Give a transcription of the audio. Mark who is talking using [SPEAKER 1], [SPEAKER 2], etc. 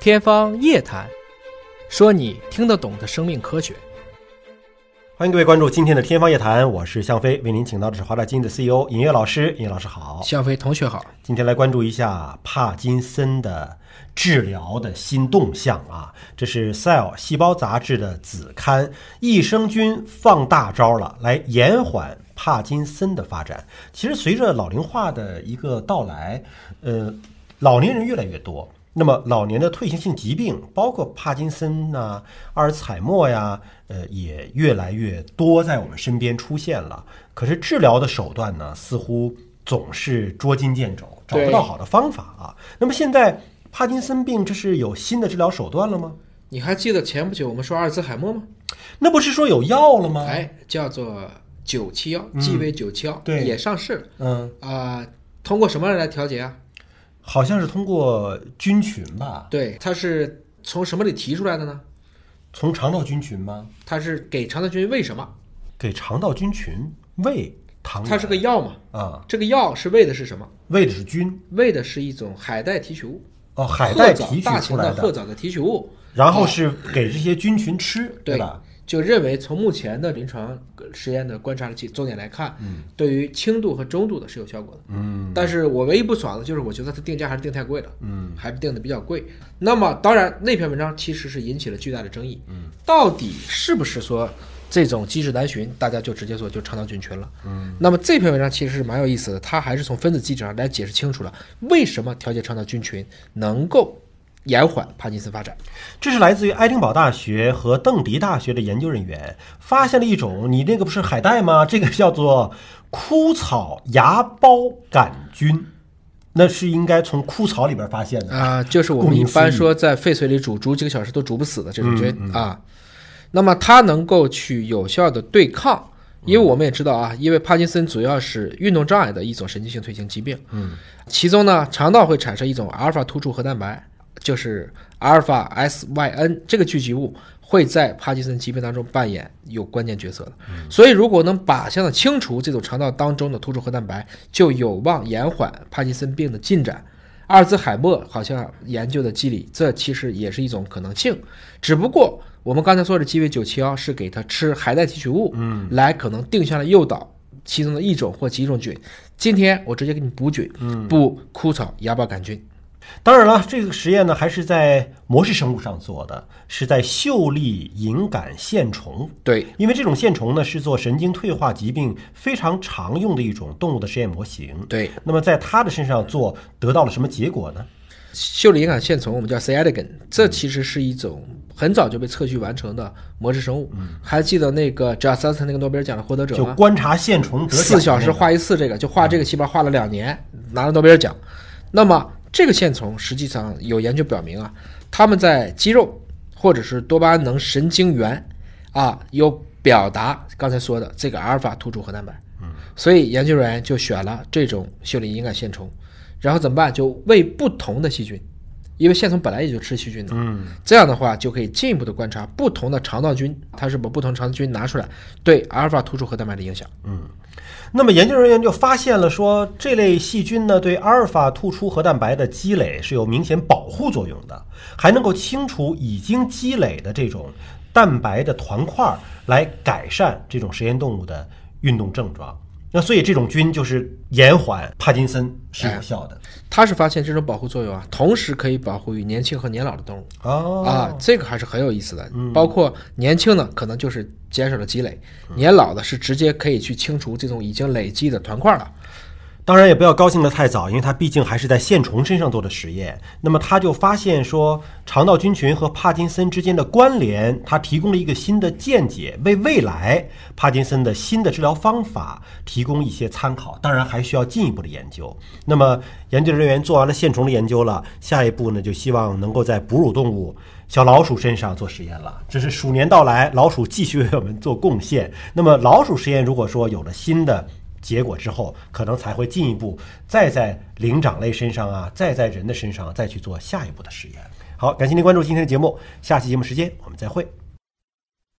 [SPEAKER 1] 天方夜谭，说你听得懂的生命科学。
[SPEAKER 2] 欢迎各位关注今天的《天方夜谭》，我是向飞，为您请到的是华大基因的 CEO 尹烨老师。尹烨老师好，
[SPEAKER 1] 向飞同学好，
[SPEAKER 2] 今天来关注一下帕金森的治疗的新动向啊！这是《Cell》细胞杂志的子刊，益生菌放大招了，来延缓帕金森的发展。其实随着老龄化的一个到来，呃，老年人越来越多。那么老年的退行性疾病，包括帕金森呐、阿尔采默呀，呃，也越来越多在我们身边出现了。可是治疗的手段呢，似乎总是捉襟见肘，找不到好的方法啊。那么现在帕金森病这是有新的治疗手段了吗？
[SPEAKER 1] 你还记得前不久我们说阿尔兹海默吗？
[SPEAKER 2] 那不是说有药了吗？
[SPEAKER 1] 哎，叫做九七幺，GV 九七幺，
[SPEAKER 2] 对
[SPEAKER 1] 也上市了
[SPEAKER 2] 嗯，
[SPEAKER 1] 啊、通过什么来调节啊？
[SPEAKER 2] 好像是通过菌群吧，
[SPEAKER 1] 对，它是从什么里提出来的呢？
[SPEAKER 2] 从肠道菌群吗？
[SPEAKER 1] 它是给肠道菌喂什么？
[SPEAKER 2] 给肠道菌群喂糖原，
[SPEAKER 1] 它是个药嘛？
[SPEAKER 2] 啊，
[SPEAKER 1] 这个药是喂的是什么？
[SPEAKER 2] 喂的是菌
[SPEAKER 1] 喂的是一种海带提取物，
[SPEAKER 2] 哦，海带
[SPEAKER 1] 褐藻
[SPEAKER 2] 提取
[SPEAKER 1] 大
[SPEAKER 2] 出
[SPEAKER 1] 型
[SPEAKER 2] 来
[SPEAKER 1] 的
[SPEAKER 2] 的。
[SPEAKER 1] 褐藻的提取物。
[SPEAKER 2] 然后是给这些菌群吃，
[SPEAKER 1] 对
[SPEAKER 2] 吧？
[SPEAKER 1] 就认为从目前的临床实验的观察的起重点来看，对于轻度和中度的是有效果的。嗯，但是我唯一不爽的就是我觉得它定价还是定太贵了，嗯，还是定的比较贵。那么当然那篇文章其实是引起了巨大的争议，嗯，到底是不是说这种机制难寻，大家就直接说就肠道菌群了？嗯，那么这篇文章其实是蛮有意思的，它还是从分子机制上来解释清楚了为什么调节肠道菌群能够延缓帕金森发展。
[SPEAKER 2] 这是来自于爱丁堡大学和邓迪大学的研究人员发现了一种，你那个不是海带吗？这个叫做枯草芽孢杆菌，那是应该从枯草里边发现的。
[SPEAKER 1] 啊、就是我
[SPEAKER 2] 顾
[SPEAKER 1] 们一
[SPEAKER 2] 名思
[SPEAKER 1] 般
[SPEAKER 2] 义
[SPEAKER 1] 说在沸水里煮，煮几个小时都煮不死的这种菌、啊。那么它能够去有效的对抗，因为我们也知道啊，因为帕金森主要是运动障碍的一种神经性退行疾病，嗯，其中呢，肠道会产生一种阿尔法突触核蛋白，就是阿尔法 SYN 这个聚集物会在帕金森疾病当中扮演有关键角色的。所以，如果能靶向的清除这种肠道当中的突触核蛋白，就有望延缓帕金森病的进展。阿尔兹海默好像研究的机理，这其实也是一种可能性，只不过我们刚才说的 GV 九七幺是给它吃海带提取物，嗯，来可能定向的诱导其中的一种或几种菌。今天我直接给你补菌，嗯，补枯草芽孢杆菌。
[SPEAKER 2] 当然了，这个实验呢还是在模式生物上做的，是在秀丽隐杆线虫
[SPEAKER 1] 对，
[SPEAKER 2] 因为这种线虫呢是做神经退化疾病非常常用的一种动物的实验模型。
[SPEAKER 1] 对，
[SPEAKER 2] 那么在它的身上做得到了什么结果呢？
[SPEAKER 1] 秀丽隐杆线虫我们叫 C. elegans，这其实是一种很早就被测序完成的模式生物。还记得那个 j o h n s o n 那个诺贝尔奖的获得者
[SPEAKER 2] 就
[SPEAKER 1] 吗？
[SPEAKER 2] 观察线虫得奖的
[SPEAKER 1] 四小时
[SPEAKER 2] 那个
[SPEAKER 1] 画一次这个，就画这个细胞画了两年，拿了诺贝尔奖。那么这个线虫实际上有研究表明啊，它们在肌肉或者是多巴胺能神经元啊有表达刚才说的这个阿尔法突触核蛋白。嗯，所以研究人员就选了这种秀丽隐杆线虫，然后怎么办？就喂不同的细菌。因为线虫本来也就吃细菌的，嗯，这样的话就可以进一步的观察不同的肠道菌，它是把不同肠道菌拿出来对阿尔法突触核蛋白的影响。
[SPEAKER 2] 那么研究人员就发现了说，这类细菌呢对阿尔法突出核蛋白的积累是有明显保护作用的，还能够清除已经积累的这种蛋白的团块儿，来改善这种实验动物的运动症状。那所以这种菌就是延缓帕金森是
[SPEAKER 1] 哎
[SPEAKER 2] 有效的、
[SPEAKER 1] 它是发现这种保护作用啊，同时可以保护于年轻和年老的动物、
[SPEAKER 2] 哦
[SPEAKER 1] 啊，这个还是很有意思的。包括年轻的可能就是减少了积累，年老的是直接可以去清除这种已经累积的团块了。
[SPEAKER 2] 当然也不要高兴得太早，因为它毕竟还是在线虫身上做的实验。那么他就发现说，肠道菌群和帕金森之间的关联，它提供了一个新的见解，为未来帕金森的新的治疗方法提供一些参考。当然还需要进一步的研究。那么研究人员做完了线虫的研究了，下一步呢，就希望能够在哺乳动物。小老鼠身上做实验了，这是鼠年到来，老鼠继续为我们做贡献。那么老鼠实验如果说有了新的结果之后，可能才会进一步再在灵长类身上啊，再在人的身上再去做下一步的实验。好，感谢您关注今天的节目，下期节目时间我们再会。